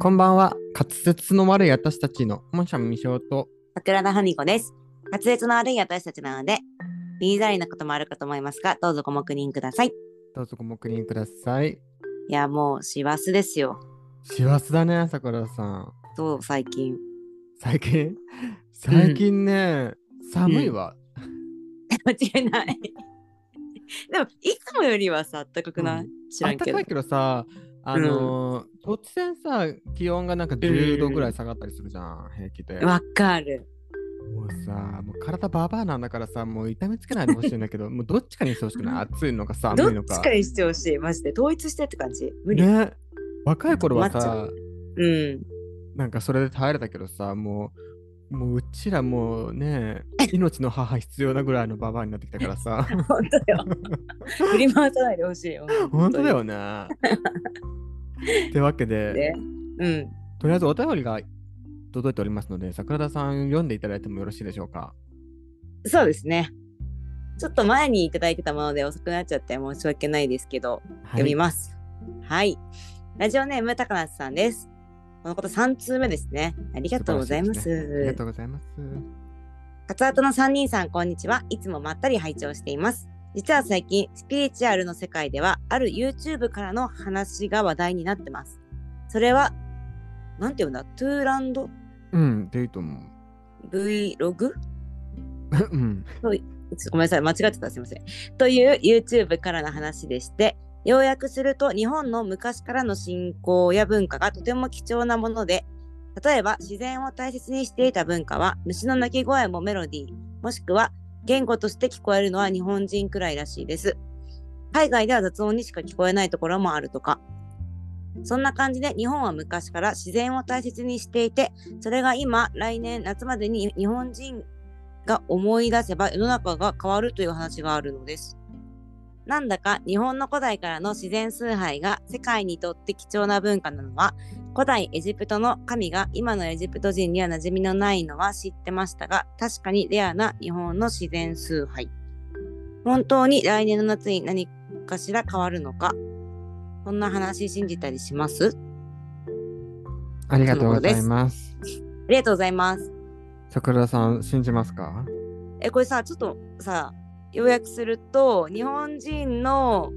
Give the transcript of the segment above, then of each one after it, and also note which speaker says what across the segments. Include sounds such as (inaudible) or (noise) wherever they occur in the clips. Speaker 1: こんばんは。滑舌の悪い私たちの本社無償と、
Speaker 2: 桜田文子です。滑舌の悪い私たちなので、言いづらいなこともあるかと思いますが、どうぞご黙認ください。い
Speaker 1: どうぞご黙認ください。
Speaker 2: や、もう、師走ですよ。
Speaker 1: 師走だね、桜さん。
Speaker 2: どう、最近。 (laughs)
Speaker 1: 最近、最近ね、寒いわ。
Speaker 2: 間違いない。 (laughs) でも、いつもよりはさ、暖かくない、
Speaker 1: う
Speaker 2: 知
Speaker 1: 暖
Speaker 2: らんけど
Speaker 1: かい。けどさ、あのー突然さ、気温がなんか10度ぐらい下がったりするじゃん、平気で。
Speaker 2: わかる。
Speaker 1: もうさ、もう体バーバーなんだからさ、もう痛めつけないでほしいんだけど、もうどっちかにしてほしくない。暑いのか寒
Speaker 2: ど
Speaker 1: いの
Speaker 2: っ
Speaker 1: か。
Speaker 2: ちかにしてほしい。マジで。統一してって感じ。無理。
Speaker 1: ね。若い頃は
Speaker 2: 待っち
Speaker 1: さ、
Speaker 2: うん。
Speaker 1: なんかそれで耐えれたけどさ、もう、もううちらもうね、命の母必要なぐらいのババアになってきたから
Speaker 2: (laughs)
Speaker 1: さ、
Speaker 2: 本当
Speaker 1: (laughs)
Speaker 2: よ。振り回さないでほしいよ。
Speaker 1: 本当だよね。ってわけで、
Speaker 2: ね。うん。
Speaker 1: とりあえずお便りが届いておりますので、桜田さん読んでいただいてもよろしいでしょうか。
Speaker 2: そうですね。ちょっと前にいただいてたもので遅くなっちゃって申し訳ないですけど、
Speaker 1: は
Speaker 2: 読み
Speaker 1: い、
Speaker 2: ます。はい。ラジオネーム、高梨さんです。このこと3通目ですね。ありがとうございま
Speaker 1: 素晴らしいでねありが
Speaker 2: す
Speaker 1: と。うございます。
Speaker 2: カツアトの3人さん、こんにちは。いつもまったり拝聴しています。実は最近、スピリチュアルの世界では、ある YouTube からの話が話題になってます。それは、なんていうんだ、トゥーランド
Speaker 1: うん、でいいと思う。 (laughs)
Speaker 2: Vlog?
Speaker 1: うん、
Speaker 2: ちょっとごめんなさい、間違ってた、すいません。という YouTube からの話でして、要約すると日本の昔からの信仰や文化がとても貴重なもので、例えば自然を大切にしていた文化は虫の鳴き声もメロディー、もしくは言語として聞こえるのは日本人くらいらしいです。海外では雑音にしか聞こえないところもあるとか。そんな感じで日本は昔から自然を大切にしていて、それが今、来年夏までに日本人が思い出せば世の中が変わるという話があるのです。なんだか日本の古代からの自然崇拝が世界にとって貴重な文化なのは古代エジプトの神が今のエジプト人には馴染みのないのは知ってましたが確かにレアな日本の自然崇拝。本当に来年の夏に何かしら変わるのかそんな話信じたりします
Speaker 1: ありがとうございます。
Speaker 2: ありがとうございます。
Speaker 1: 桜田さん、信じますか
Speaker 2: えこれさちょっとさ要約すると日本人の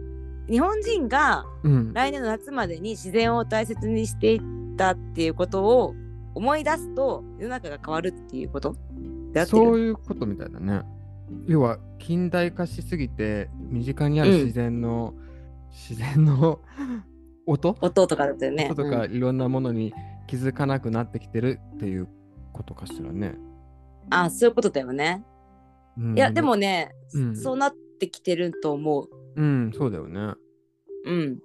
Speaker 2: 日本人が
Speaker 1: うん。
Speaker 2: 来年の夏までに自然を大切にしていったっていうことを思い出すと世の中が変わるっていうことで合って
Speaker 1: そ
Speaker 2: る
Speaker 1: ういうことみたいだね。要は近代化しすぎて身近にある自然の、自然の (laughs) 音
Speaker 2: 音とかだったよね。
Speaker 1: 音とかいろんなものに気づかなくなってきてるっていうことかしらね。
Speaker 2: うんあそういうことだよね。
Speaker 1: うん
Speaker 2: いやでもね、
Speaker 1: うん
Speaker 2: そうなってきてると思う。
Speaker 1: うんそうだよね。
Speaker 2: うん。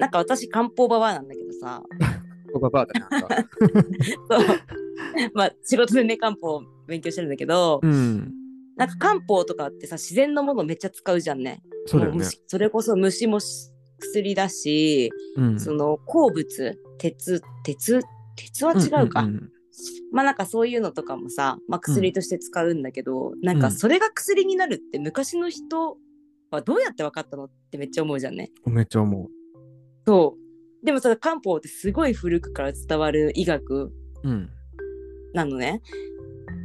Speaker 2: なんか私漢方ババアなんだけどさ (laughs)
Speaker 1: ババアだねなんか
Speaker 2: そうまあ仕事でね漢方を勉強してるんだけど、
Speaker 1: うん
Speaker 2: なんか漢方とかってさ自然のものめっちゃ使うじゃんね。
Speaker 1: そうだよね
Speaker 2: も。虫それこそ虫もし薬だし、
Speaker 1: うん
Speaker 2: その鉱物鉄鉄鉄は違うか、
Speaker 1: んん
Speaker 2: まあなんかそういうのとかもさ、まあ、薬として使うんだけど、なん
Speaker 1: う
Speaker 2: か
Speaker 1: ん
Speaker 2: それが薬になるって昔の人はどうやって分かったのってめっちゃ思うじゃんね。
Speaker 1: うんめっちゃ思
Speaker 2: そうでもさ漢方ってすごい古くから伝わる医学
Speaker 1: う。うん
Speaker 2: なのね。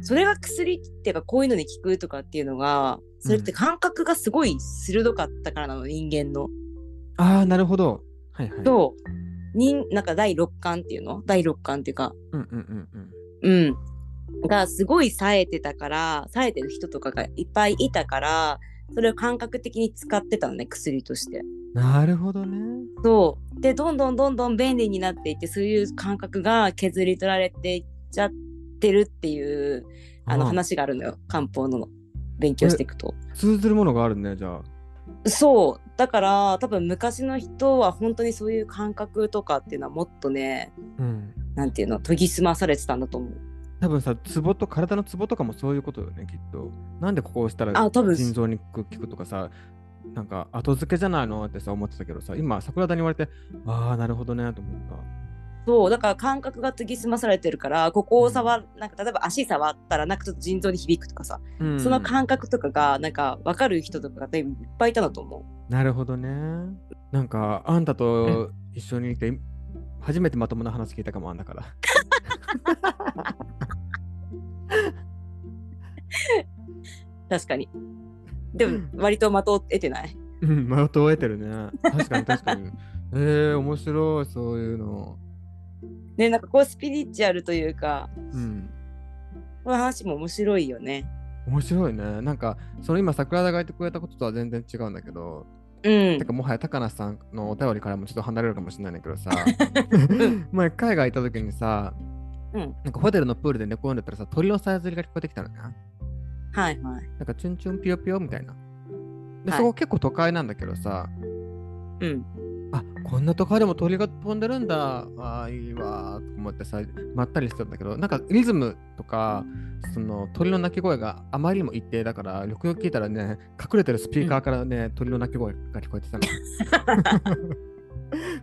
Speaker 2: それが薬っていうかこういうのに効くとかっていうのがそれって感覚がすごい鋭かったからなの人間の。
Speaker 1: ああなるほど。はいはい。
Speaker 2: と人なんか第六感っていうの第六感っていうか
Speaker 1: うんうんうんうん。
Speaker 2: うんがすごい冴えてたから冴えてる人とかがいっぱいいたからそれを感覚的に使ってたのね薬として。
Speaker 1: なるほどね。
Speaker 2: そうでどんどんどんどん便利になっていってそういう感覚が削り取られていっちゃってるっていうあの
Speaker 1: うん
Speaker 2: 話があるのよ漢方の勉強していくと。
Speaker 1: 通ずるものがあるねじゃあ。
Speaker 2: そうだから多分昔の人は本当にそういう感覚とかっていうのはもっとね
Speaker 1: うん。
Speaker 2: なんていうの研ぎ澄まされてたんだと思う。
Speaker 1: 多分さ、ツボと体のツボとかもそういうことよね、きっと。なんでここを押したら
Speaker 2: あ多分
Speaker 1: 腎臓に効くとかさ、なんか後付けじゃないのってさ、思ってたけどさ、今、桜田に言われて、ああ、なるほどね、と思った。
Speaker 2: そうだから感覚が研ぎ澄まされてるからここを触るなんか例えば足触ったらなんかちょっと腎臓に響くとかさ、
Speaker 1: うん
Speaker 2: その感覚とかがなんか分かる人とかが多分いっぱいいたんだと思う。
Speaker 1: なるほどね。なんか、あんたと一緒にいて、初めてまともな話聞いたかもあんだから。
Speaker 2: 確かに。でも、割と的を得てない。
Speaker 1: (laughs) うん、迷って終えてるね。確かに確かに。えー、面白い、そういうの。
Speaker 2: ね、なんかこうスピリチュアルというか、
Speaker 1: うん。
Speaker 2: この話も面白いよね。
Speaker 1: 面白いね。なんか、その今、桜田が言ってくれたこととは全然違うんだけど、
Speaker 2: うん
Speaker 1: て。か、もはや高梨さんのお便りからもちょっと離れるかもしれないんだけどさ、 (laughs) 前、海外行った時にさ、
Speaker 2: うん
Speaker 1: なんかホテルのプールで寝転んでたらさ、鳥のさえずりが聞こえてきたのね。な
Speaker 2: はいはい。
Speaker 1: んか、チュンチュンピヨピヨみたいな。で、
Speaker 2: はい
Speaker 1: そこ結構都会なんだけどさ、
Speaker 2: うん。
Speaker 1: あこんなとこでも鳥が飛んでるんだあーいいわーと思ってさまったりしてたんだけどなんかリズムとかその鳥の鳴き声があまりにも一定だからよくよく聞いたらね隠れてるスピーカーからね、鳥の鳴き声が聞こえてたの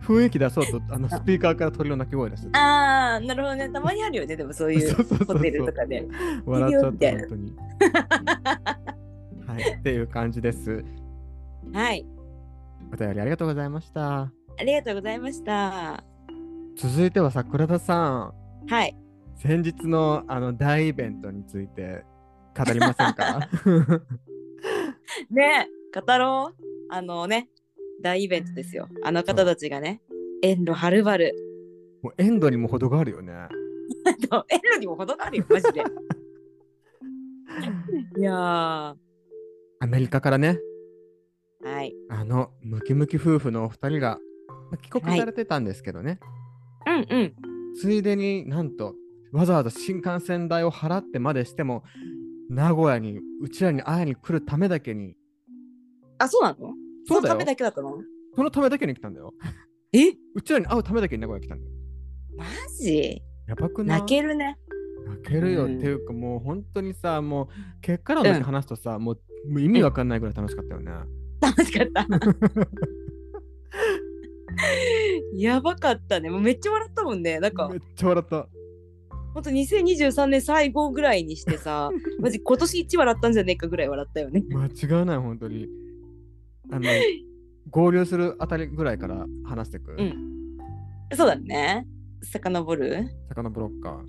Speaker 2: (laughs)
Speaker 1: 雰囲気出そうとあのスピーカーから鳥の鳴き声出してた
Speaker 2: ああ、なるほどね。たまにあるよね。でもそういう
Speaker 1: そうそうそうそう
Speaker 2: ホテルとかで。
Speaker 1: 笑っちゃった
Speaker 2: いいよ
Speaker 1: 本当にはいっていう感じです
Speaker 2: はい。
Speaker 1: お便りありがとうございました
Speaker 2: ありがとうございました。
Speaker 1: 続いては桜田さん
Speaker 2: はい。
Speaker 1: 先日のあの大イベントについて語りません
Speaker 2: (laughs)
Speaker 1: か
Speaker 2: ねえ、語ろう。あのね、大イベントですよ。あの方たちがね、遠路はるばる。 (laughs)
Speaker 1: もうエンドにも程があるよね。
Speaker 2: 遠路にも程があるよ、マジで。いやー、は
Speaker 1: アメリカからね、
Speaker 2: い。
Speaker 1: あのムキムキ夫婦のお二人がまあ帰国されてたんですけどね、
Speaker 2: うんうん。
Speaker 1: ついでになんとわざわざ新幹線代を払ってまでしても名古屋にうちらに会いに来るためだけに
Speaker 2: あ、そうなの
Speaker 1: そうだ
Speaker 2: のた
Speaker 1: よ
Speaker 2: めだけだったの
Speaker 1: そのためだけに来たんだよ。
Speaker 2: え
Speaker 1: うちらに会うためだけに名古屋に来たんだよ。
Speaker 2: マジ
Speaker 1: やばくない
Speaker 2: 泣けるね。
Speaker 1: 泣けるよ、
Speaker 2: うん
Speaker 1: っていうかもう本当にさもう結果論だけ話すとさ、もうもう意味わかんないぐらい楽しかったよね。
Speaker 2: 楽し
Speaker 1: (laughs)
Speaker 2: かった。やばかったね。もうめっちゃ笑ったもんね。なんか
Speaker 1: めっ、ちゃ笑った。
Speaker 2: ほんと2023年最後ぐらいにし
Speaker 1: (laughs)
Speaker 2: てさ、マジ今年一笑ったんじゃねえかぐらい笑ったよね。
Speaker 1: 間違いない、本当に。あの、合流するあたりぐらいから話してく。
Speaker 2: うんそうだね。遡る
Speaker 1: 魚ブロッカー。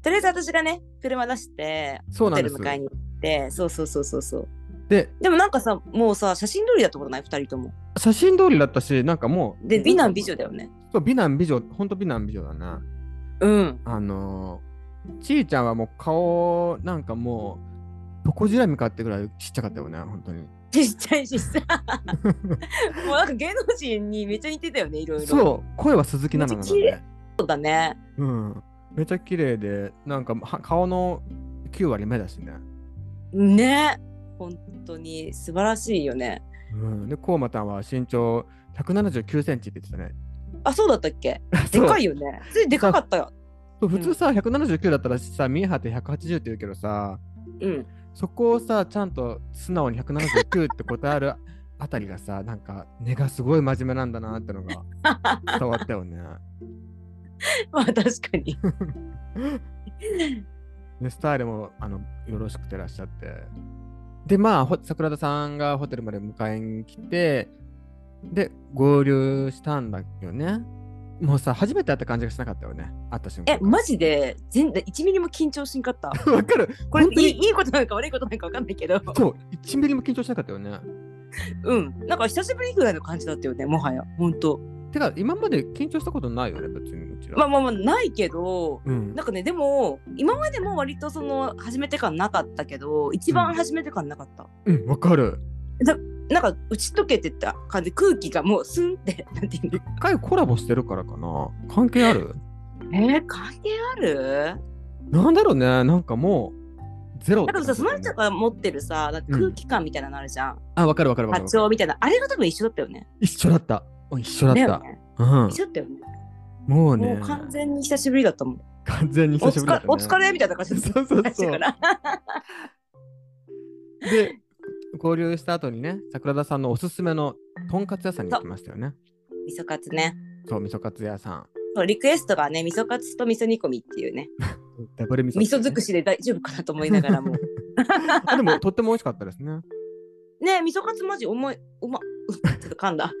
Speaker 2: とりあえず私がね、車出して、
Speaker 1: そう
Speaker 2: ホ
Speaker 1: な
Speaker 2: テ
Speaker 1: んで
Speaker 2: ル
Speaker 1: す。
Speaker 2: 迎えに行って、そうそうそうそうそう。
Speaker 1: で、
Speaker 2: でもなんかさ、もうさ、写真通りだったことない、二人とも。
Speaker 1: 写真通りだったし、なんかもう。
Speaker 2: で、美男美女だよね。
Speaker 1: そう、美男美女、本当美男美女だな。
Speaker 2: うん。
Speaker 1: あのー、ちいちゃんはもう顔、なんかもう、どこじらみかってぐらいちっちゃかったよね、本当に。
Speaker 2: ちっちゃいしさ。 (laughs) もうなんか芸能人にめっちゃ似てたよね、いろいろ。
Speaker 1: そう、声は鈴木奈々なの
Speaker 2: めっち
Speaker 1: ね。
Speaker 2: そうだね。
Speaker 1: うん。めちゃ綺麗で、なんかは顔の9割目だしね。
Speaker 2: ね本当に素晴らしいよね
Speaker 1: うん、で、コウマたんは身長179センチって言ってたね。
Speaker 2: あそうだったっけでかい
Speaker 1: よ。
Speaker 2: よねそれでかかったよ
Speaker 1: そう普通さ、179だったらさ、見え張って180って言うけどさ、
Speaker 2: (laughs) うん
Speaker 1: そこをさ、ちゃんと素直に179って答えるあたりがさ、なんか根がすごい真面目なんだなってのが伝わったよね。
Speaker 2: まあ確かに
Speaker 1: で、スタイルもあのよろしくてらっしゃって。で、まあ、ほ桜田さんがホテルまで迎えに来て、で、合流したんだよね。もうさ、初めて会った感じがしなかったよね。会った瞬間
Speaker 2: え
Speaker 1: から。
Speaker 2: マジで全然1ミリも緊張しんかった
Speaker 1: (laughs) わかる
Speaker 2: これ
Speaker 1: 本当
Speaker 2: い
Speaker 1: に
Speaker 2: いいいことなんか悪いことなんかわかんないけど
Speaker 1: そう、1ミリも緊張しなかったよね。
Speaker 2: うんなんか久しぶりぐらいの感じだったよねもはや本当
Speaker 1: てか、今まで緊張したことないよね、別にうちら。
Speaker 2: まあまあまあないけど
Speaker 1: うん
Speaker 2: な、んかねでも今までも割とその初めて感なかったけど一番初めて感なかった、
Speaker 1: うん、わかる。
Speaker 2: なんか打ち解けてった感じ空気がもうスンって (laughs) なんていうの
Speaker 1: 一回コラボしてるからかな。関係ある
Speaker 2: えー、関係ある
Speaker 1: なんだろうね、なんかもう、ゼロって
Speaker 2: だか
Speaker 1: 感
Speaker 2: ら
Speaker 1: じだ
Speaker 2: さ、そ
Speaker 1: よ
Speaker 2: の
Speaker 1: ね
Speaker 2: 人が持ってるさ、なんか空気感みたいなのあるじゃん。
Speaker 1: あ、わかるわかるわかるわかる。
Speaker 2: 波長みたいな。あれが多分一緒だったよね。
Speaker 1: 一緒だった。うん一緒だっ
Speaker 2: だ
Speaker 1: た
Speaker 2: よ。ね。
Speaker 1: うん
Speaker 2: 一緒だったよね。
Speaker 1: もう
Speaker 2: も
Speaker 1: ね
Speaker 2: う、完全に久しぶりだったもん。
Speaker 1: 完全に
Speaker 2: お
Speaker 1: 久しぶり
Speaker 2: 疲
Speaker 1: だ
Speaker 2: れ
Speaker 1: った、ね。
Speaker 2: お疲れみたいな感じだっ
Speaker 1: そうそう
Speaker 2: た
Speaker 1: そ
Speaker 2: か
Speaker 1: う。
Speaker 2: ら。 (laughs)
Speaker 1: で、交流した後にね、桜田さんのおすすめのとんかつ屋さんに行きましたよね。
Speaker 2: 味噌カツね。
Speaker 1: そう、味噌カツ屋さん。
Speaker 2: そうリクエストがね、味噌カツと味噌煮込みっていうね。
Speaker 1: ダブル味噌、
Speaker 2: 味噌尽く。しで大丈夫かなと思いながら (laughs) も。
Speaker 1: あ、でも、とっても美味しかったですね。
Speaker 2: ね味噌カツマジ重い、 (laughs) うま、うちょっと噛んだ。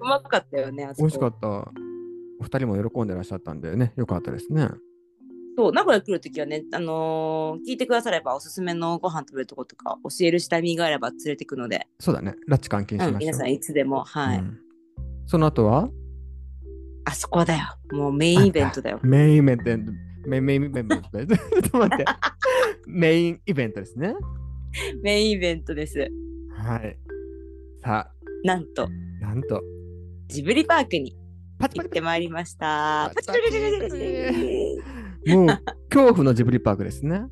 Speaker 2: うまかったよね、あそこ
Speaker 1: 美味しかった。お二人も喜んでらっしゃったんでね、よかったですね。
Speaker 2: そう、名古屋来るときはね、あのー聞いてくださればおすすめのご飯食べるとことか教えるしタイミングがあれば連れてくので、
Speaker 1: そうだね、拉致監禁し
Speaker 2: う
Speaker 1: ま
Speaker 2: ん、
Speaker 1: しょう。
Speaker 2: 皆さんいつでも、はい、
Speaker 1: うんその後は
Speaker 2: あそこだよ。もうメインイベントだよ。
Speaker 1: メインイベント、メインメインイベント。ち
Speaker 2: (laughs)
Speaker 1: ょっと待って。メインイベントですね。
Speaker 2: メインイベントです。
Speaker 1: はい。さ
Speaker 2: なんと、
Speaker 1: あ、なんと。
Speaker 2: ジブリパークに
Speaker 1: パチ
Speaker 2: 行
Speaker 1: パ
Speaker 2: っ
Speaker 1: チ
Speaker 2: てまいりました。
Speaker 1: パチパチもう恐怖のジブリパークですね。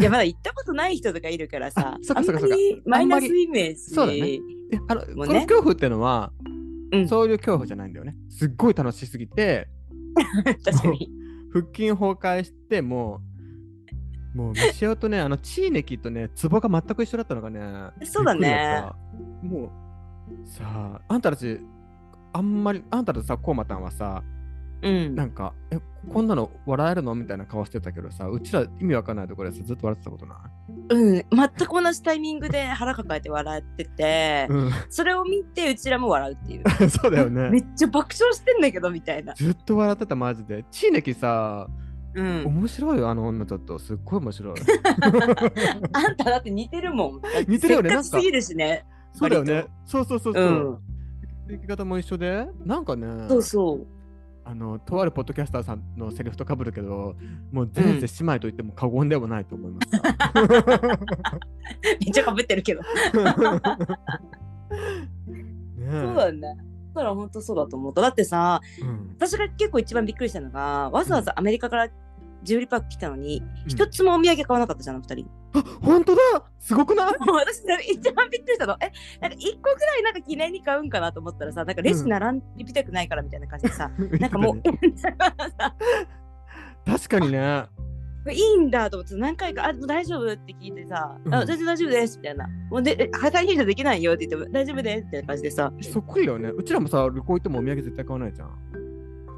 Speaker 2: いや、まだ行ったことない人とかいるからさ
Speaker 1: あ、そっか
Speaker 2: あん
Speaker 1: そっか
Speaker 2: ま
Speaker 1: そっか
Speaker 2: りマイナス
Speaker 1: あんまり
Speaker 2: イメージ。
Speaker 1: そうだねであの、
Speaker 2: も
Speaker 1: この
Speaker 2: うね
Speaker 1: 恐怖っていうのは、
Speaker 2: うん
Speaker 1: そういう恐怖じゃないんだよね。すっごい楽しすぎて、
Speaker 2: (laughs) 確かに。
Speaker 1: 腹筋崩壊して、もう、もう、ミシオとね、あの、チーネキとね、ツボが全く一緒だったのがね、
Speaker 2: そうだね
Speaker 1: びっくりった。もう、さあ、あんたたち、あんまり、あんたとさ、コウマタンはさ、
Speaker 2: うん。
Speaker 1: なんか、え、こんなの笑えるのみたいな顔してたけどさ、うちら意味わかんないところでさ、ずっと笑ってたことな
Speaker 2: うん。全く同じタイミングで腹抱えて笑ってて
Speaker 1: い、う
Speaker 2: それを見て、うちらも笑うっていう。
Speaker 1: ん、 (laughs) そうだよね
Speaker 2: め。っちゃ爆笑してんだけど、みたいな。
Speaker 1: ずっと笑ってたマジで。チーネキさ、
Speaker 2: うん。
Speaker 1: 面白いよあの女ちょっとすっごい面
Speaker 2: (laughs)
Speaker 1: 白い。
Speaker 2: あんただって似てるもん。
Speaker 1: 似てるよね
Speaker 2: せっかちすぎるしね。
Speaker 1: そうだよね。そうそうそうそうう。
Speaker 2: ん。
Speaker 1: 生き方も一緒で、なんかね、
Speaker 2: そうそう。
Speaker 1: あのとあるポッドキャスターさんのセリフと被るけど、もう前世姉妹と言っても過言ではないと思いま
Speaker 2: (laughs)
Speaker 1: した。
Speaker 2: めっちゃかぶってるけど。
Speaker 1: ねえ
Speaker 2: そうだよね。だから本当そうだと思った。だってさ、
Speaker 1: うん
Speaker 2: 私が結構一番びっくりしたのが、わざわざアメリカからジュエリーパーク来たのに、
Speaker 1: ん
Speaker 2: 一つもお土産買わなかったじゃん、あの二人。
Speaker 1: あ本当だすごくない
Speaker 2: もう私、それ一番びっくりしたの。え、なんか一個ぐらいなんか記念に買うんかなと思ったらさ、なんかレジ並びたくないからみたいな感じ
Speaker 1: (laughs)
Speaker 2: でさ、なんかもう、
Speaker 1: 確かにね。
Speaker 2: いいんだと思って何回か「あもう大丈夫?」って聞いてさ「
Speaker 1: うん
Speaker 2: あ全然大丈夫です」みたいな「もうでえ破壊入場できないよ」って言っても「大丈夫です」みたいな感じでさ
Speaker 1: そっくりだよね。うちらもさ、旅行行ってもお土産絶対買わないじゃん。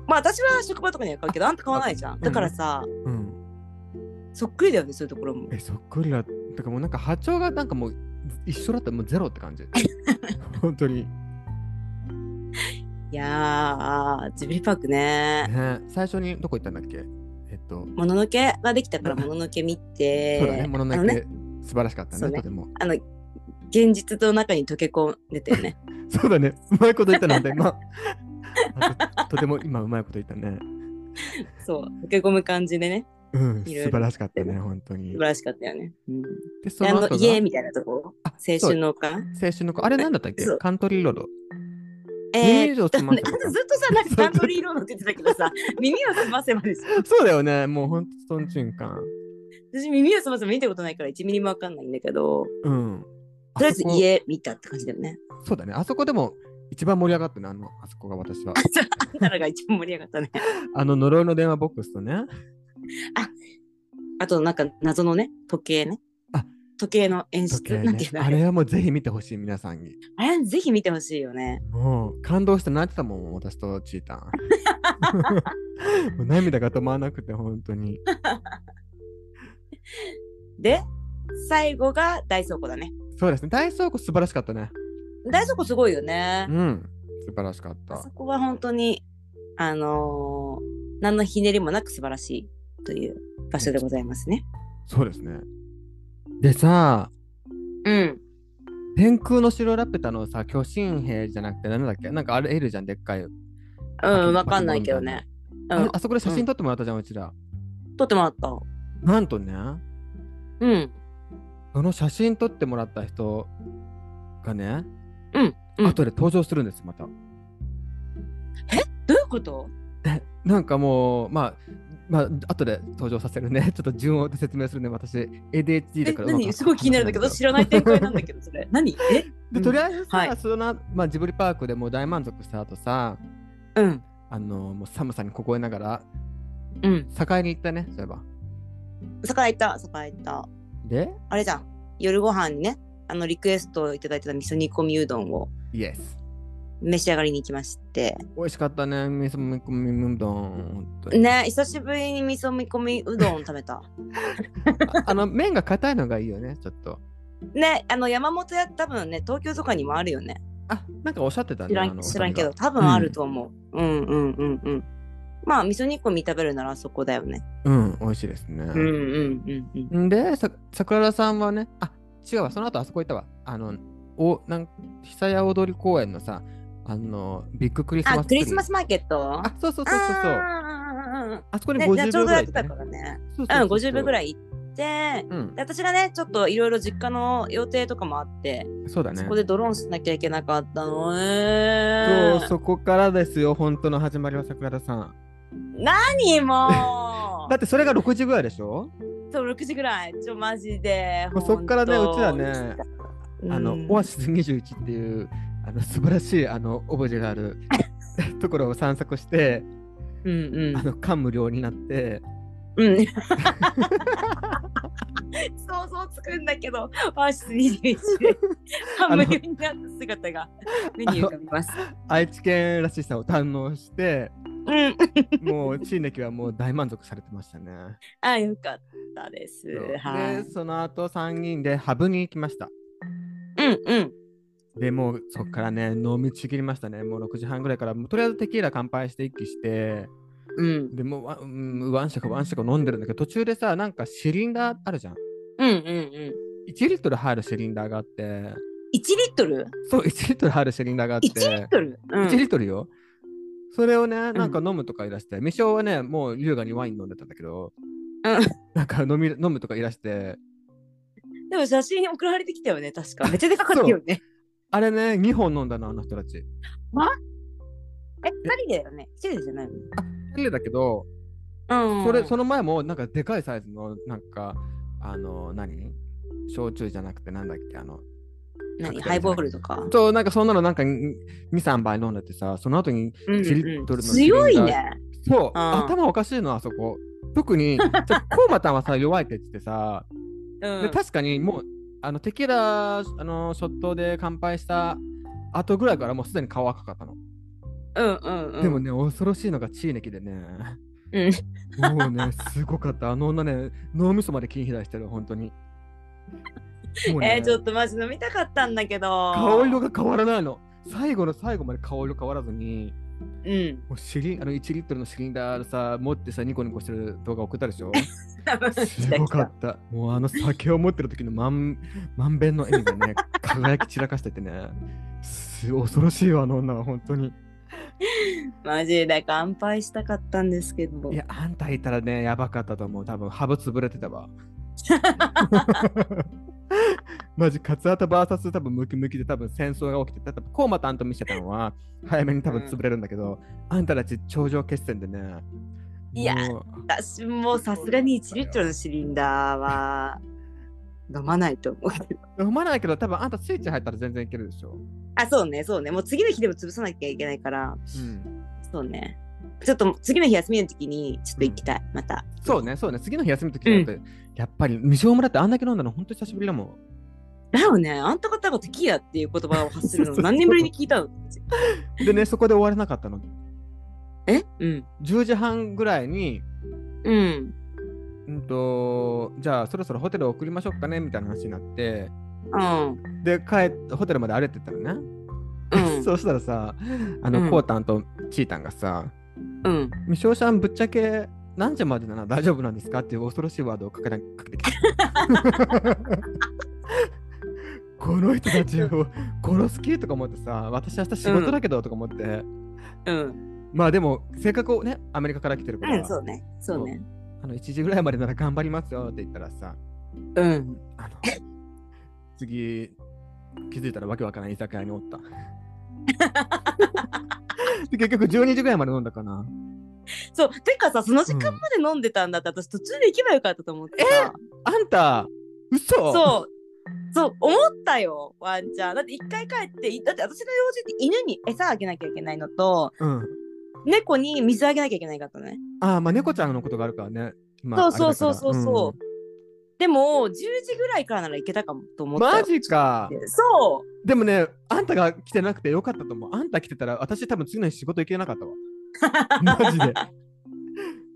Speaker 2: まあ私は職場とかには買うけどあんた買わないじゃんだからさ、
Speaker 1: うん。
Speaker 2: そっくりだよねそういうところも
Speaker 1: え、そっくりだ。てかもうなんか波長がなんかもう一緒だったらもうゼロって感
Speaker 2: (laughs)
Speaker 1: じ。本当に。
Speaker 2: いやージブリパークね
Speaker 1: ね、最初にどこ行ったんだっけえっと、
Speaker 2: もののけができたからもののけ見て
Speaker 1: そうだね、もの
Speaker 2: あ
Speaker 1: の
Speaker 2: の
Speaker 1: け、
Speaker 2: ね
Speaker 1: 素晴らしかった
Speaker 2: そう
Speaker 1: ね、
Speaker 2: ね
Speaker 1: とても。 (laughs)
Speaker 2: あの現実と中に溶け込んでたよね
Speaker 1: そうだね、うまいこと言ったなんて、ま
Speaker 2: (laughs)
Speaker 1: あ、ととても今うまいこと言ったね。
Speaker 2: そう溶け込む感じでね
Speaker 1: うん、素
Speaker 2: いろいろ
Speaker 1: 晴らしかったね、本当に
Speaker 2: 素晴。らしかったよね、うん、
Speaker 1: で、そ
Speaker 2: であ
Speaker 1: の
Speaker 2: の
Speaker 1: 後が
Speaker 2: 家みたいなとこ
Speaker 1: あ
Speaker 2: 青春の丘
Speaker 1: 青春の子、あれなんだったっけ
Speaker 2: そう
Speaker 1: カントリーロード。 (laughs)
Speaker 2: え
Speaker 1: 耳
Speaker 2: ー
Speaker 1: 以上
Speaker 2: だ
Speaker 1: 済
Speaker 2: ね
Speaker 1: ま
Speaker 2: あ
Speaker 1: せ
Speaker 2: ず
Speaker 1: た
Speaker 2: っとさ、 (laughs) なんか段取り色のって言ってたけど
Speaker 1: (laughs)
Speaker 2: さ、耳を澄ませばです。
Speaker 1: そうだよね、もう本当その瞬間。
Speaker 2: 私、耳を澄ませば見たことないから1ミリもわかんないんだけど、
Speaker 1: うん。
Speaker 2: とりあえず
Speaker 1: そこ
Speaker 2: 家見たって感じだよね。
Speaker 1: そうだね、あそこでも一番盛り上がったね、あの、あそこが私は。
Speaker 2: あんたらが一番盛り上がったね。
Speaker 1: あの呪いの電話ボックスとね。
Speaker 2: あと、なんか謎のね、時計ね
Speaker 1: あ。
Speaker 2: 時計の演出、
Speaker 1: 時計
Speaker 2: な
Speaker 1: ね
Speaker 2: んていうのあ
Speaker 1: あ
Speaker 2: れ。
Speaker 1: れはもうぜひ見てほしい皆さんに。
Speaker 2: あれぜひ見てほしいよね。
Speaker 1: もう感動して泣いてたもん、私とチータ
Speaker 2: (laughs)
Speaker 1: ン。もう涙が止まらなくて、本当に。
Speaker 2: で、最後が大倉庫だね。
Speaker 1: そうですね、大倉庫素晴らしかったね。
Speaker 2: 大倉庫すごいよね
Speaker 1: う。ん、素晴らしかった
Speaker 2: あ。そこは本当に、あのー何のひねりもなく素晴らしいという場所でございますね。
Speaker 1: そうですね。でさ、
Speaker 2: うん。
Speaker 1: 天空の城ラピュタのさ、巨神兵じゃなくて、なんだっけなんかあれいるじゃん、でっかい。
Speaker 2: うん、わかんないけどね。う
Speaker 1: あれ
Speaker 2: ん
Speaker 1: あ、そこで写真撮ってもらったじゃん、うちら。
Speaker 2: 撮ってもらった。
Speaker 1: なんとね、
Speaker 2: うん。
Speaker 1: その写真撮ってもらった人がね、
Speaker 2: うんうん
Speaker 1: 後で登場するんです、また。
Speaker 2: どういうこと
Speaker 1: でなんかもう、まあ、まあ後で登場させるね、 (laughs) ちょっと順を追って説明するね、私、ADHD
Speaker 2: え、
Speaker 1: だからうまく話せないんだけど。
Speaker 2: 何すごい気になるん
Speaker 1: (laughs)
Speaker 2: だ (laughs) けど、知らない展開なんだけど、それ。何え
Speaker 1: でとりあえずさ、
Speaker 2: はい
Speaker 1: そのまあ、ジブリパークでもう大満足した後さ、
Speaker 2: うん。
Speaker 1: あのもう寒さに凍えながら、
Speaker 2: うん。
Speaker 1: 境に行ったね、そういえば。
Speaker 2: 酒井行った、酒井行った。
Speaker 1: で、
Speaker 2: あれじゃん。夜ご飯にね、あの、リクエストをいただいてた味噌煮込みうどんを
Speaker 1: イエス。
Speaker 2: 召し上がりに行きまして。
Speaker 1: 美味しかったね、味噌煮込みうどん。本当に
Speaker 2: ね、久しぶりに味噌煮込みうどんを食べた。
Speaker 1: ああの麺が硬いのがいいよね、ちょっと。
Speaker 2: ね、あの、山本屋、多分ね、東京とかにもあるよね。
Speaker 1: あ、なんかおっしゃってたね。
Speaker 2: 知ら
Speaker 1: あ
Speaker 2: ん
Speaker 1: の
Speaker 2: 知らんけど、
Speaker 1: お二人が
Speaker 2: 多分あると思う。うん、うん、うん、うん。まあ味噌煮込み食べるならそこだよね。
Speaker 1: うん、美味しいですね。
Speaker 2: うんうんうんうん。
Speaker 1: んで、さ桜田さんはね、あ違うわ、その後あそこ行ったわ。あの、おなん久屋大通り公園のさ、あの、ビッグクリスマス
Speaker 2: あ、クリスマ
Speaker 1: ス
Speaker 2: スマーケット
Speaker 1: あ、そうそうそうそうそう。あ
Speaker 2: あ
Speaker 1: そこ
Speaker 2: ー
Speaker 1: に
Speaker 2: ねじゃあ
Speaker 1: 50
Speaker 2: ち
Speaker 1: 秒
Speaker 2: ょう
Speaker 1: ぐ
Speaker 2: ど
Speaker 1: ら
Speaker 2: やっ
Speaker 1: い
Speaker 2: て
Speaker 1: 行
Speaker 2: た
Speaker 1: ね
Speaker 2: からね。
Speaker 1: そう
Speaker 2: うん、50分ぐ
Speaker 1: い。
Speaker 2: らい行って、
Speaker 1: うん
Speaker 2: で、私がね、ちょっといろいろ実家の予定とかもあって、
Speaker 1: そうだね。
Speaker 2: そこでドローンしなきゃいけなかったの
Speaker 1: そ
Speaker 2: ね
Speaker 1: う。そこからですよ、本当の始まりは桜田さん。
Speaker 2: 何も
Speaker 1: だってそれが6時ぐらいでしょ
Speaker 2: うそう、6時ぐらい。ちょ、マジで。
Speaker 1: もうそっからね
Speaker 2: ほんと
Speaker 1: うちらね、あの、
Speaker 2: うん
Speaker 1: オアシス21っていうあの素晴らしいあのオブジェがあ
Speaker 2: (laughs)
Speaker 1: るところを散策して、
Speaker 2: うんうん
Speaker 1: あ。の感無量になって、
Speaker 2: うん。 (laughs) 想像つくんだけど、ワーシス21で、ハムになった姿が目に浮かびます。
Speaker 1: 愛知県らしさを堪能
Speaker 2: (laughs)
Speaker 1: して、
Speaker 2: うん。
Speaker 1: もうチーネキはもう大満足されてましたね。
Speaker 2: あ、よかったです
Speaker 1: そう。
Speaker 2: はい。
Speaker 1: で、その後3人でハブに行きました。
Speaker 2: うんうん。
Speaker 1: でもうそっからね、飲みちぎりましたね。もう6時半ぐらいから、もうとりあえずテキーラ乾杯して一気して、
Speaker 2: うん。
Speaker 1: でもうわ、うん、ワンシャカワンシャカ飲んでるんだけど、途中でさ、なんかシリンダーあるじゃん。
Speaker 2: うんうんうん。
Speaker 1: 1リットル入るシリンダーがあって、
Speaker 2: 1リットル
Speaker 1: そう、1リットル入るシリンダーがあって、
Speaker 2: ?1 リットル、うん、
Speaker 1: 1リットルよ。それをね、なんか飲むとかいらして、未章はね、もう優雅にワイン飲んでたんだけど、
Speaker 2: うん
Speaker 1: なんか飲み飲むとかいらして、
Speaker 2: でも写真送られてきたよね、確か。めっちゃでかかったよね。
Speaker 1: あれね、2本飲んだの、あの人たち。
Speaker 2: え、2人だよね。1人じゃないよね。
Speaker 1: 綺麗だけど、
Speaker 2: うん。
Speaker 1: それ、その前も、なんかでかいサイズの、なんか、あの、何焼酎じゃなくて、なんだっけ、あの、
Speaker 2: 何ハイボールとか。
Speaker 1: そう、なんかそんなのなんか2、3杯飲んでてさ、その後に、
Speaker 2: うんうん
Speaker 1: 1リットルのシリンダー
Speaker 2: 強いね。
Speaker 1: そう、
Speaker 2: あー
Speaker 1: 頭おかしいの、あそこ。特に、ちょっとコウマタンはさ、弱いって言ってさ、
Speaker 2: う
Speaker 1: で
Speaker 2: ん。
Speaker 1: 確かにもう、あの、テキーラ、あの、ショットで乾杯した後ぐらいからもうすでに顔赤かったの。
Speaker 2: うんうんうん。
Speaker 1: でもね、恐ろしいのがチーネキでね、
Speaker 2: うん。
Speaker 1: もうね、すごかった。あの女ね、脳みそまで筋肥大してる、本当に。もうね
Speaker 2: えー、ちょっとマジ飲みたかったんだけど。
Speaker 1: 顔色が変わらないの。最後の最後まで顔色変わらずに、
Speaker 2: うん。
Speaker 1: もうシリンあの1リットルのシリンダーさ、持ってさ、ニコニコしてる動画送ったでしょすごかった。 (laughs) もうあの酒を持ってる時のまん (laughs) まんべんの笑みが (laughs) ね、輝き散らかしててね、す恐ろしいわ、あの女は、本当に。
Speaker 2: マジで乾杯したかったんですけど。
Speaker 1: いや、あんたいたらね、やばかったと思う。多分ハブ潰れてた (laughs) わ。マジ、カツアタ VS 多分ムキムキで多分戦争が起きて、多分コウマタンとミシャタンは早めに多分潰れるんだけど、あんたたち頂上決戦でね、
Speaker 2: いや
Speaker 1: もう
Speaker 2: 私もうさすがに1リットルのシリンダーは飲まないと思うけど。
Speaker 1: 飲まないけど、多分あんたスイッチ入ったら全然いけるでしょ。
Speaker 2: あ、そうね、そうね。もう次の日でも潰さなきゃいけないから、
Speaker 1: うん、
Speaker 2: そうね。ちょっと次の日休みの時にちょっと行きたい、また。
Speaker 1: そうね、そうね。次の日休みの時だって、やっぱり未勝村ってあんだけ飲んだの本当に久しぶりだもん。
Speaker 2: だよね、あんた方がテキーラっていう言葉を発す
Speaker 1: (laughs)
Speaker 2: る
Speaker 1: そうそ
Speaker 2: の
Speaker 1: うそう
Speaker 2: 何年ぶりに聞いたの
Speaker 1: でね、そこで終われなかったの。
Speaker 2: えうん。
Speaker 1: 10時半ぐらいに、
Speaker 2: うん。
Speaker 1: うんと、じゃあそろそろホテル送りましょうかねみたいな話になって、
Speaker 2: うん。
Speaker 1: で、帰って、ホテルまで歩いてったのね。
Speaker 2: う
Speaker 1: (laughs)
Speaker 2: ん。
Speaker 1: そうしたらさ、あ
Speaker 2: う
Speaker 1: の、
Speaker 2: ん
Speaker 1: コウタンとチータンがさ、
Speaker 2: うん。
Speaker 1: ミショウさんぶっちゃけ何時までなら大丈夫なんですかっていう恐ろしいワードをかけなかけて
Speaker 2: (laughs)
Speaker 1: きた。この人たちを殺す気とか思ってさ、私明日仕事だけどとか思って、
Speaker 2: うん。
Speaker 1: まあでも、性格をね、アメリカから来てるから、
Speaker 2: うん、そうね。そうね。
Speaker 1: あの1時ぐらいまでなら頑張りますよって言ったらさ、
Speaker 2: うん。 (laughs)
Speaker 1: あの次、気づいたらわけわからない居酒屋におった。で結局12時ぐらいまで飲んだかな。
Speaker 2: そう、てかさ、その時
Speaker 1: う
Speaker 2: 間
Speaker 1: ん
Speaker 2: まで飲んでたんだって、私途中で行けばよかったと思ってさ。
Speaker 1: あんた、嘘
Speaker 2: そう。そう、思ったよ、ワンちゃん。だって一回帰って、いだって私の用事って犬に餌あげなきゃいけないのと、
Speaker 1: う。うん。
Speaker 2: 猫に水あげなきゃいけないかったのね。
Speaker 1: ああ、まあ猫ちゃんのことがあるからね。
Speaker 2: そ
Speaker 1: 今
Speaker 2: うそうそうそうそう。
Speaker 1: あれだか
Speaker 2: でも、10時ぐらいからなら行けたかもと思った
Speaker 1: らうん
Speaker 2: よ。
Speaker 1: マジか。
Speaker 2: そ
Speaker 1: でもね、あんたが来てなくてよかったと思う。あんた来てたら、私多分次の日仕事行けなかったわ。
Speaker 2: (laughs)
Speaker 1: マジで。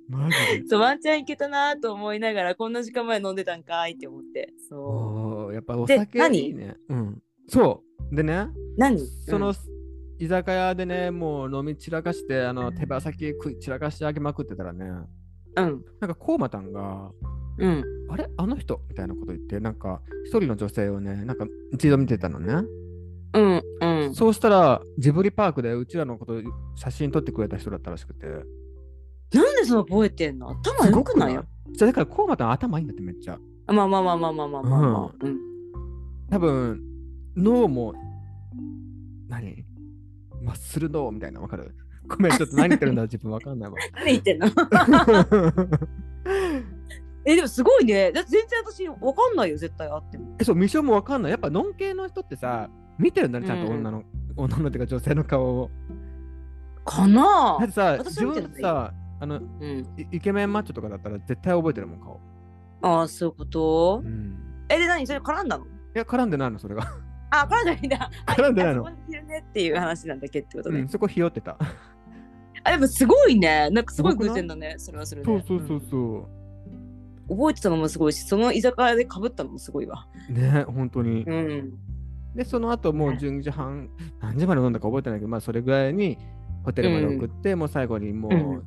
Speaker 1: マジで
Speaker 2: う。。そう、ワンちゃん行けたなと思いながら、こんな時間前飲んでたんかいって思って。そ
Speaker 1: おーやっぱお
Speaker 2: で
Speaker 1: 酒いいね。うん。そう。でね、
Speaker 2: う。何
Speaker 1: その、、居酒屋でね、もう飲み散らかして、あの手羽先食い散らかしてあげまくってたらね、なん
Speaker 2: うん
Speaker 1: かコウマたんが、
Speaker 2: うん
Speaker 1: あれあの人みたいなこと言って、なんか一人の女性をね、なんか一度見てたのね。
Speaker 2: うんうん
Speaker 1: そうしたら、ジブリパークでうちらのこと写真撮ってくれた人だったらしくて。
Speaker 2: なんでそう覚えてんの頭
Speaker 1: す
Speaker 2: 良
Speaker 1: ご
Speaker 2: くないよ
Speaker 1: じゃあだからコウマたん頭いいんだってめっちゃ。
Speaker 2: まあまあまあまあまあまあまあ、まあうん、
Speaker 1: 多分脳も何マッスル脳みたいなわかる (laughs) ごめんちょっと何言ってるん
Speaker 2: (laughs)
Speaker 1: だ自分わかんないわ (laughs)
Speaker 2: 何言ってんの (laughs) えでもすごいねだって全然私わかんないよ絶対あっても
Speaker 1: えそうミッションもわかんないやっぱノン系の人ってさ見てるんだねちゃんと
Speaker 2: うんうん
Speaker 1: 女の、女のっていうか女性の顔を
Speaker 2: かな
Speaker 1: だっ
Speaker 2: あ
Speaker 1: てさ
Speaker 2: 私
Speaker 1: 自
Speaker 2: は見てない
Speaker 1: 分さあの
Speaker 2: うん
Speaker 1: イイケメンマッチョとかだったら絶対覚えてるもん顔、
Speaker 2: ああそういうこと
Speaker 1: うん、
Speaker 2: えで何それ絡んだの
Speaker 1: いや絡んでないのそれが
Speaker 2: あ絡んでないんだ
Speaker 1: 絡んでない
Speaker 2: (laughs) あ
Speaker 1: の
Speaker 2: そこにいるねっていう話なんだっけってこと
Speaker 1: う
Speaker 2: ね、
Speaker 1: んそこひよってた
Speaker 2: あでもすごいねなんかすごい
Speaker 1: すごく
Speaker 2: 偶
Speaker 1: ない
Speaker 2: 然だねそれはそれで
Speaker 1: そうそうそうそう
Speaker 2: うん覚えてたのもすごいしその居酒屋でかぶったのもすごいわ
Speaker 1: ね本当に
Speaker 2: うん
Speaker 1: で、その後もう
Speaker 2: はい
Speaker 1: 12時半、何時まで飲んだか覚えてないけど、まあそれぐらいにホテルまで送って、もう最後にも
Speaker 2: うん
Speaker 1: う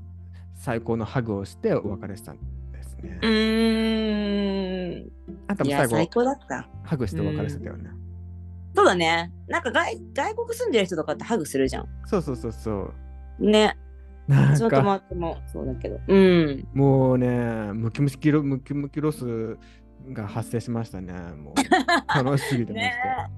Speaker 1: 最高のハグをしてお別れしたんですね。
Speaker 2: うーん
Speaker 1: あんた
Speaker 2: い
Speaker 1: も
Speaker 2: や
Speaker 1: 最
Speaker 2: 最
Speaker 1: 後、
Speaker 2: 高だった
Speaker 1: ハグしてお別れしてたよね。
Speaker 2: そうだねなんか外外国住んでる人とかってハグするじゃん
Speaker 1: そうそうそうそう。
Speaker 2: ね
Speaker 1: な
Speaker 2: うち
Speaker 1: ん
Speaker 2: の
Speaker 1: か
Speaker 2: 友達もそうだけどうん
Speaker 1: もうね、ムキムキロムキムキロスが発生しましたね。もう楽しすぎてまし
Speaker 2: (laughs) ね
Speaker 1: た。
Speaker 2: え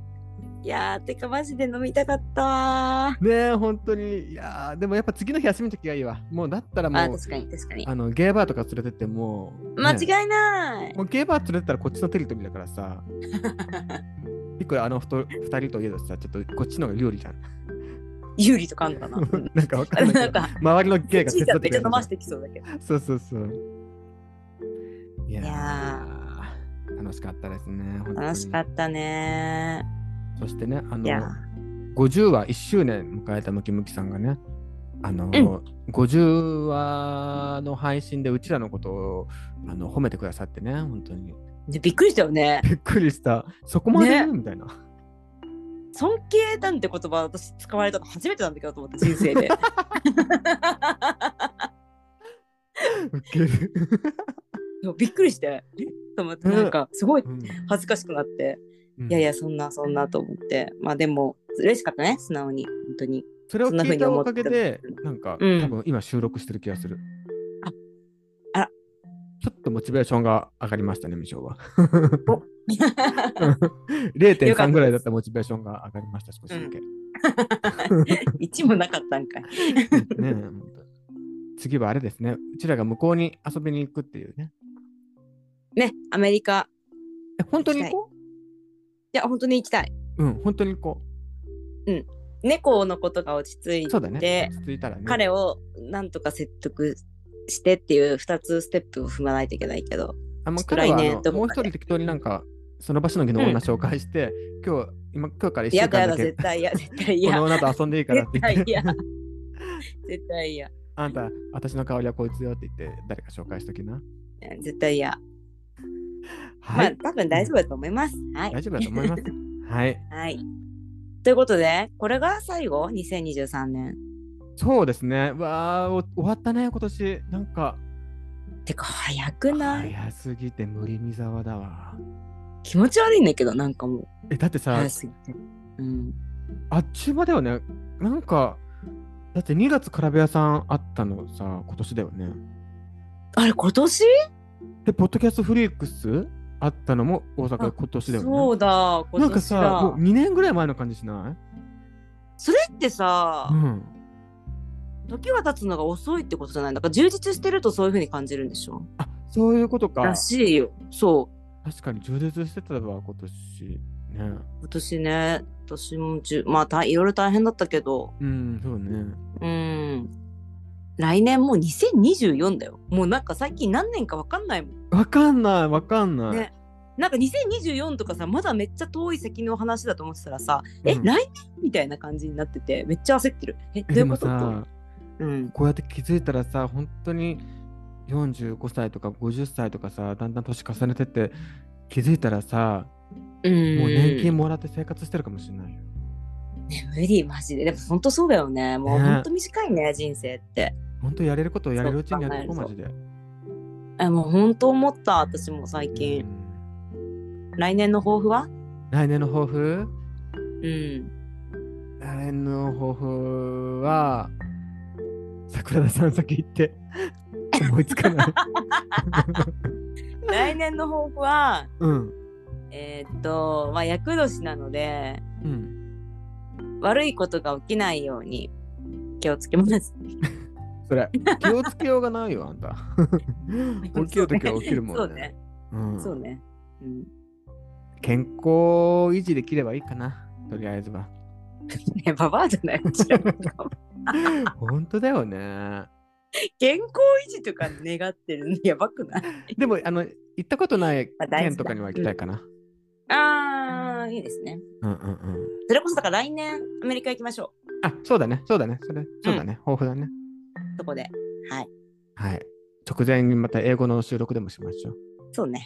Speaker 2: いやーてかマジで飲みたかったわ
Speaker 1: ねえ、本当に。いやーでもやっぱ次の日休みの時がいいわ。もうだったら
Speaker 2: ーあ
Speaker 1: もう、
Speaker 2: 確かに確かに
Speaker 1: あのゲーバーとか連れてってもう、ね
Speaker 2: 間違いない、
Speaker 1: もうゲーバー連れてたらこっちのテリトリーだからさ。
Speaker 2: (laughs)
Speaker 1: いくらあのふと二人といえどさ、ちょっとこっちの方が有利じゃん。 (laughs)
Speaker 2: 有利とかあんのかなうん
Speaker 1: なんかわかんない
Speaker 2: (laughs) な
Speaker 1: け
Speaker 2: ん
Speaker 1: ど
Speaker 2: か。
Speaker 1: 周りのゲイが
Speaker 2: チーターめっちゃ
Speaker 1: れ
Speaker 2: 飲ましてきそうだけど
Speaker 1: そうそうそう。いやー
Speaker 2: いや
Speaker 1: 楽しかったですね。本当に
Speaker 2: 楽しかったね
Speaker 1: そしてね、あ
Speaker 2: いや
Speaker 1: の、50話1周年迎えたムキムキさんがね、あの、50話の配信でうちらのことをあの褒めてくださってね、本当に。
Speaker 2: でびっくりしたよね
Speaker 1: びっくりした。そこまで言う、
Speaker 2: ね
Speaker 1: みたいな。
Speaker 2: 尊敬なんて言葉私使われたの初めてなんだけどと思って人生 (laughs) で
Speaker 1: ウケる。
Speaker 2: でもびっくりしてえと思って
Speaker 1: ね
Speaker 2: なんかすごい
Speaker 1: うん
Speaker 2: 恥ずかしくなって、
Speaker 1: うん
Speaker 2: いやいやそんなそんなと思ってまあでも嬉しかったね素直に本当 (laughs) に
Speaker 1: それを
Speaker 2: そんな
Speaker 1: 聞
Speaker 2: 風
Speaker 1: い
Speaker 2: に
Speaker 1: た
Speaker 2: 思
Speaker 1: お
Speaker 2: っ
Speaker 1: か
Speaker 2: て
Speaker 1: げ
Speaker 2: た
Speaker 1: で、なんか、
Speaker 2: うん
Speaker 1: 多分今収録してる気がする。
Speaker 2: ああら
Speaker 1: ちょっとモチベーションが上がりましたね、ミショー
Speaker 2: (laughs)
Speaker 1: は。
Speaker 2: よかったで
Speaker 1: 0.3
Speaker 2: す
Speaker 1: ぐらいだったモチベーションが上がりました、少しだけ。
Speaker 2: 一もなかったんかい
Speaker 1: ねえ本当に次はあれですね、うちらが向こうに遊びに行くっていうね。
Speaker 2: ねアメリカ
Speaker 1: え、本当に行こ
Speaker 2: いや本当に行きたいう
Speaker 1: うん、本当に行こ。
Speaker 2: 猫のことが落ち着いうて
Speaker 1: そうだね。落ち着いたらね。
Speaker 2: 彼をなんとか説得してっていう2つステップを踏まないといけないけど
Speaker 1: あもう
Speaker 2: 辛
Speaker 1: 彼
Speaker 2: い
Speaker 1: はあ
Speaker 2: ね
Speaker 1: の
Speaker 2: どこ
Speaker 1: もう一
Speaker 2: かで
Speaker 1: 人適当になんか、その場しのぎの女紹介して、今日、今、今日から一週
Speaker 2: 嫌
Speaker 1: 間
Speaker 2: だや
Speaker 1: だ
Speaker 2: だ
Speaker 1: け、
Speaker 2: 絶
Speaker 1: こ
Speaker 2: 対嫌
Speaker 1: (laughs)
Speaker 2: 絶対嫌
Speaker 1: の女と遊んでいいからって言
Speaker 2: 絶対
Speaker 1: って。
Speaker 2: 嫌絶対嫌
Speaker 1: あんた、私の香りはこいつよって言って、誰か紹介しときな。
Speaker 2: 絶対嫌、
Speaker 1: は
Speaker 2: ま
Speaker 1: い。
Speaker 2: あ多分大丈夫だと思いますはい
Speaker 1: 大丈夫だと思い
Speaker 2: (laughs)
Speaker 1: ます。はい。
Speaker 2: はいということでこれが最後2023年
Speaker 1: そうですね。うわあ、お終わったね、今年。なんか、
Speaker 2: てか早くない
Speaker 1: 早すぎて無理見沢だわ。
Speaker 2: 気持ち悪いんだけどなんかもう
Speaker 1: え、だってさ
Speaker 2: 早、すぎてうん
Speaker 1: あっちゅう間だよね。なんか、だって2月、カラベ屋さんあったのさ、今年だよね。
Speaker 2: あれ今年
Speaker 1: で、ポッドキャストフリークスあったのも大阪
Speaker 2: あ
Speaker 1: 今年だよね。
Speaker 2: そうだ今年だ
Speaker 1: なんかさ、もう2年ぐらい前の感じしな
Speaker 2: それってさ、
Speaker 1: いうん。
Speaker 2: 時は経つのが遅いってことじゃないだから充実してるとそういう風に感じるんでしょ。
Speaker 1: あそういうことから
Speaker 2: しいよそ
Speaker 1: 確かに充実してたわ、今年。ね。
Speaker 2: う今年ね私もじゅまあたいろいろ大変だったけど
Speaker 1: うん、そうね。
Speaker 2: うん来年もう2024だよもうなんか最近何年か分かんないもん
Speaker 1: わかんない、わかんない。
Speaker 2: ねなんか2024とかさまだめっちゃ遠い先の話だと思ってたらさ、え
Speaker 1: う
Speaker 2: 来
Speaker 1: ん
Speaker 2: 年みたいな感じになっててめっちゃ焦ってるえ
Speaker 1: え
Speaker 2: どうい
Speaker 1: で
Speaker 2: う
Speaker 1: も
Speaker 2: こと
Speaker 1: さ、
Speaker 2: とうん
Speaker 1: こうやって気づいたらさ、本当に45歳とか50歳とかさ、だんだん年重ねてって、気づいたらさ、
Speaker 2: うん
Speaker 1: もう年金もらって生活してるかもしれないよ。
Speaker 2: ね無理マジででも本当そうだよねもう
Speaker 1: ね
Speaker 2: 本当短いね人生って
Speaker 1: 本当やれることをやれるうちにやっていこう、
Speaker 2: そ
Speaker 1: マ
Speaker 2: う考
Speaker 1: ジで。
Speaker 2: えもう本当思った私も最
Speaker 1: う
Speaker 2: 近
Speaker 1: ん
Speaker 2: 来年の抱負は
Speaker 1: 来年の抱負 (laughs)
Speaker 2: うん
Speaker 1: 来年の抱負は、桜田さん先行って、思いつか
Speaker 2: (laughs)
Speaker 1: ない。
Speaker 2: 来年の抱負は
Speaker 1: うん。
Speaker 2: えーっとまあ厄年なので
Speaker 1: うん。
Speaker 2: 悪いことが起きないように気をつけ
Speaker 1: (laughs)
Speaker 2: ます
Speaker 1: それ、気をつけようがないよ、あん
Speaker 2: (laughs)
Speaker 1: た。起きるときは起きるもん
Speaker 2: そうね
Speaker 1: ね。うん
Speaker 2: そうねうん
Speaker 1: 健康維持できればいいかな、とりあえず
Speaker 2: (laughs)
Speaker 1: は。
Speaker 2: ねババアじゃな
Speaker 1: (laughs)
Speaker 2: い
Speaker 1: 本当だよね。
Speaker 2: 健康維持とか願ってるのやばくない
Speaker 1: でも、あの、行ったこと
Speaker 2: (laughs)
Speaker 1: ない
Speaker 2: あ大
Speaker 1: 県
Speaker 2: 事だ
Speaker 1: とかには行きたいかな。
Speaker 2: あーいいですね
Speaker 1: うんうんうん。
Speaker 2: それこそだから来年アメリカ行きましょ
Speaker 1: あ、そうだね、そうだね、それ、そうだね、豊富だね。
Speaker 2: うそこではい
Speaker 1: はい。直前にまた英語の収録でもしましょう。
Speaker 2: そ
Speaker 1: (laughs)
Speaker 2: うね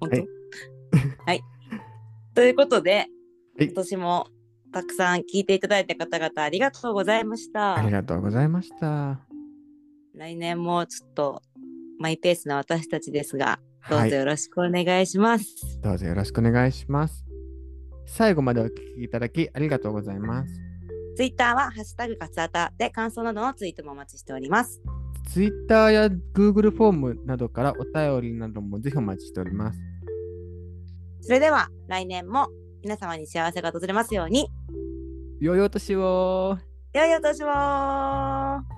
Speaker 2: 本
Speaker 1: は
Speaker 2: 当
Speaker 1: い
Speaker 2: はいということで
Speaker 1: はい
Speaker 2: 今年もたくさん聞いていただいた方々ありがとうございました
Speaker 1: ありがとうございました。
Speaker 2: 来年もちょっとマイペースな私たちですがどう
Speaker 1: はい
Speaker 2: ぞ。よろしくお願いします、
Speaker 1: どうぞよろしくお願いします。最後までお聞きいただきありがとうございます。
Speaker 2: ツイッターはハッシュタグカツアタで感想などのツイートもお待ちしております
Speaker 1: Twitter や Google フォームなどからお便りなどもぜひお待ちしております。
Speaker 2: それでは来年も皆様に幸せが訪れますように
Speaker 1: 良いお年を
Speaker 2: 良いお年を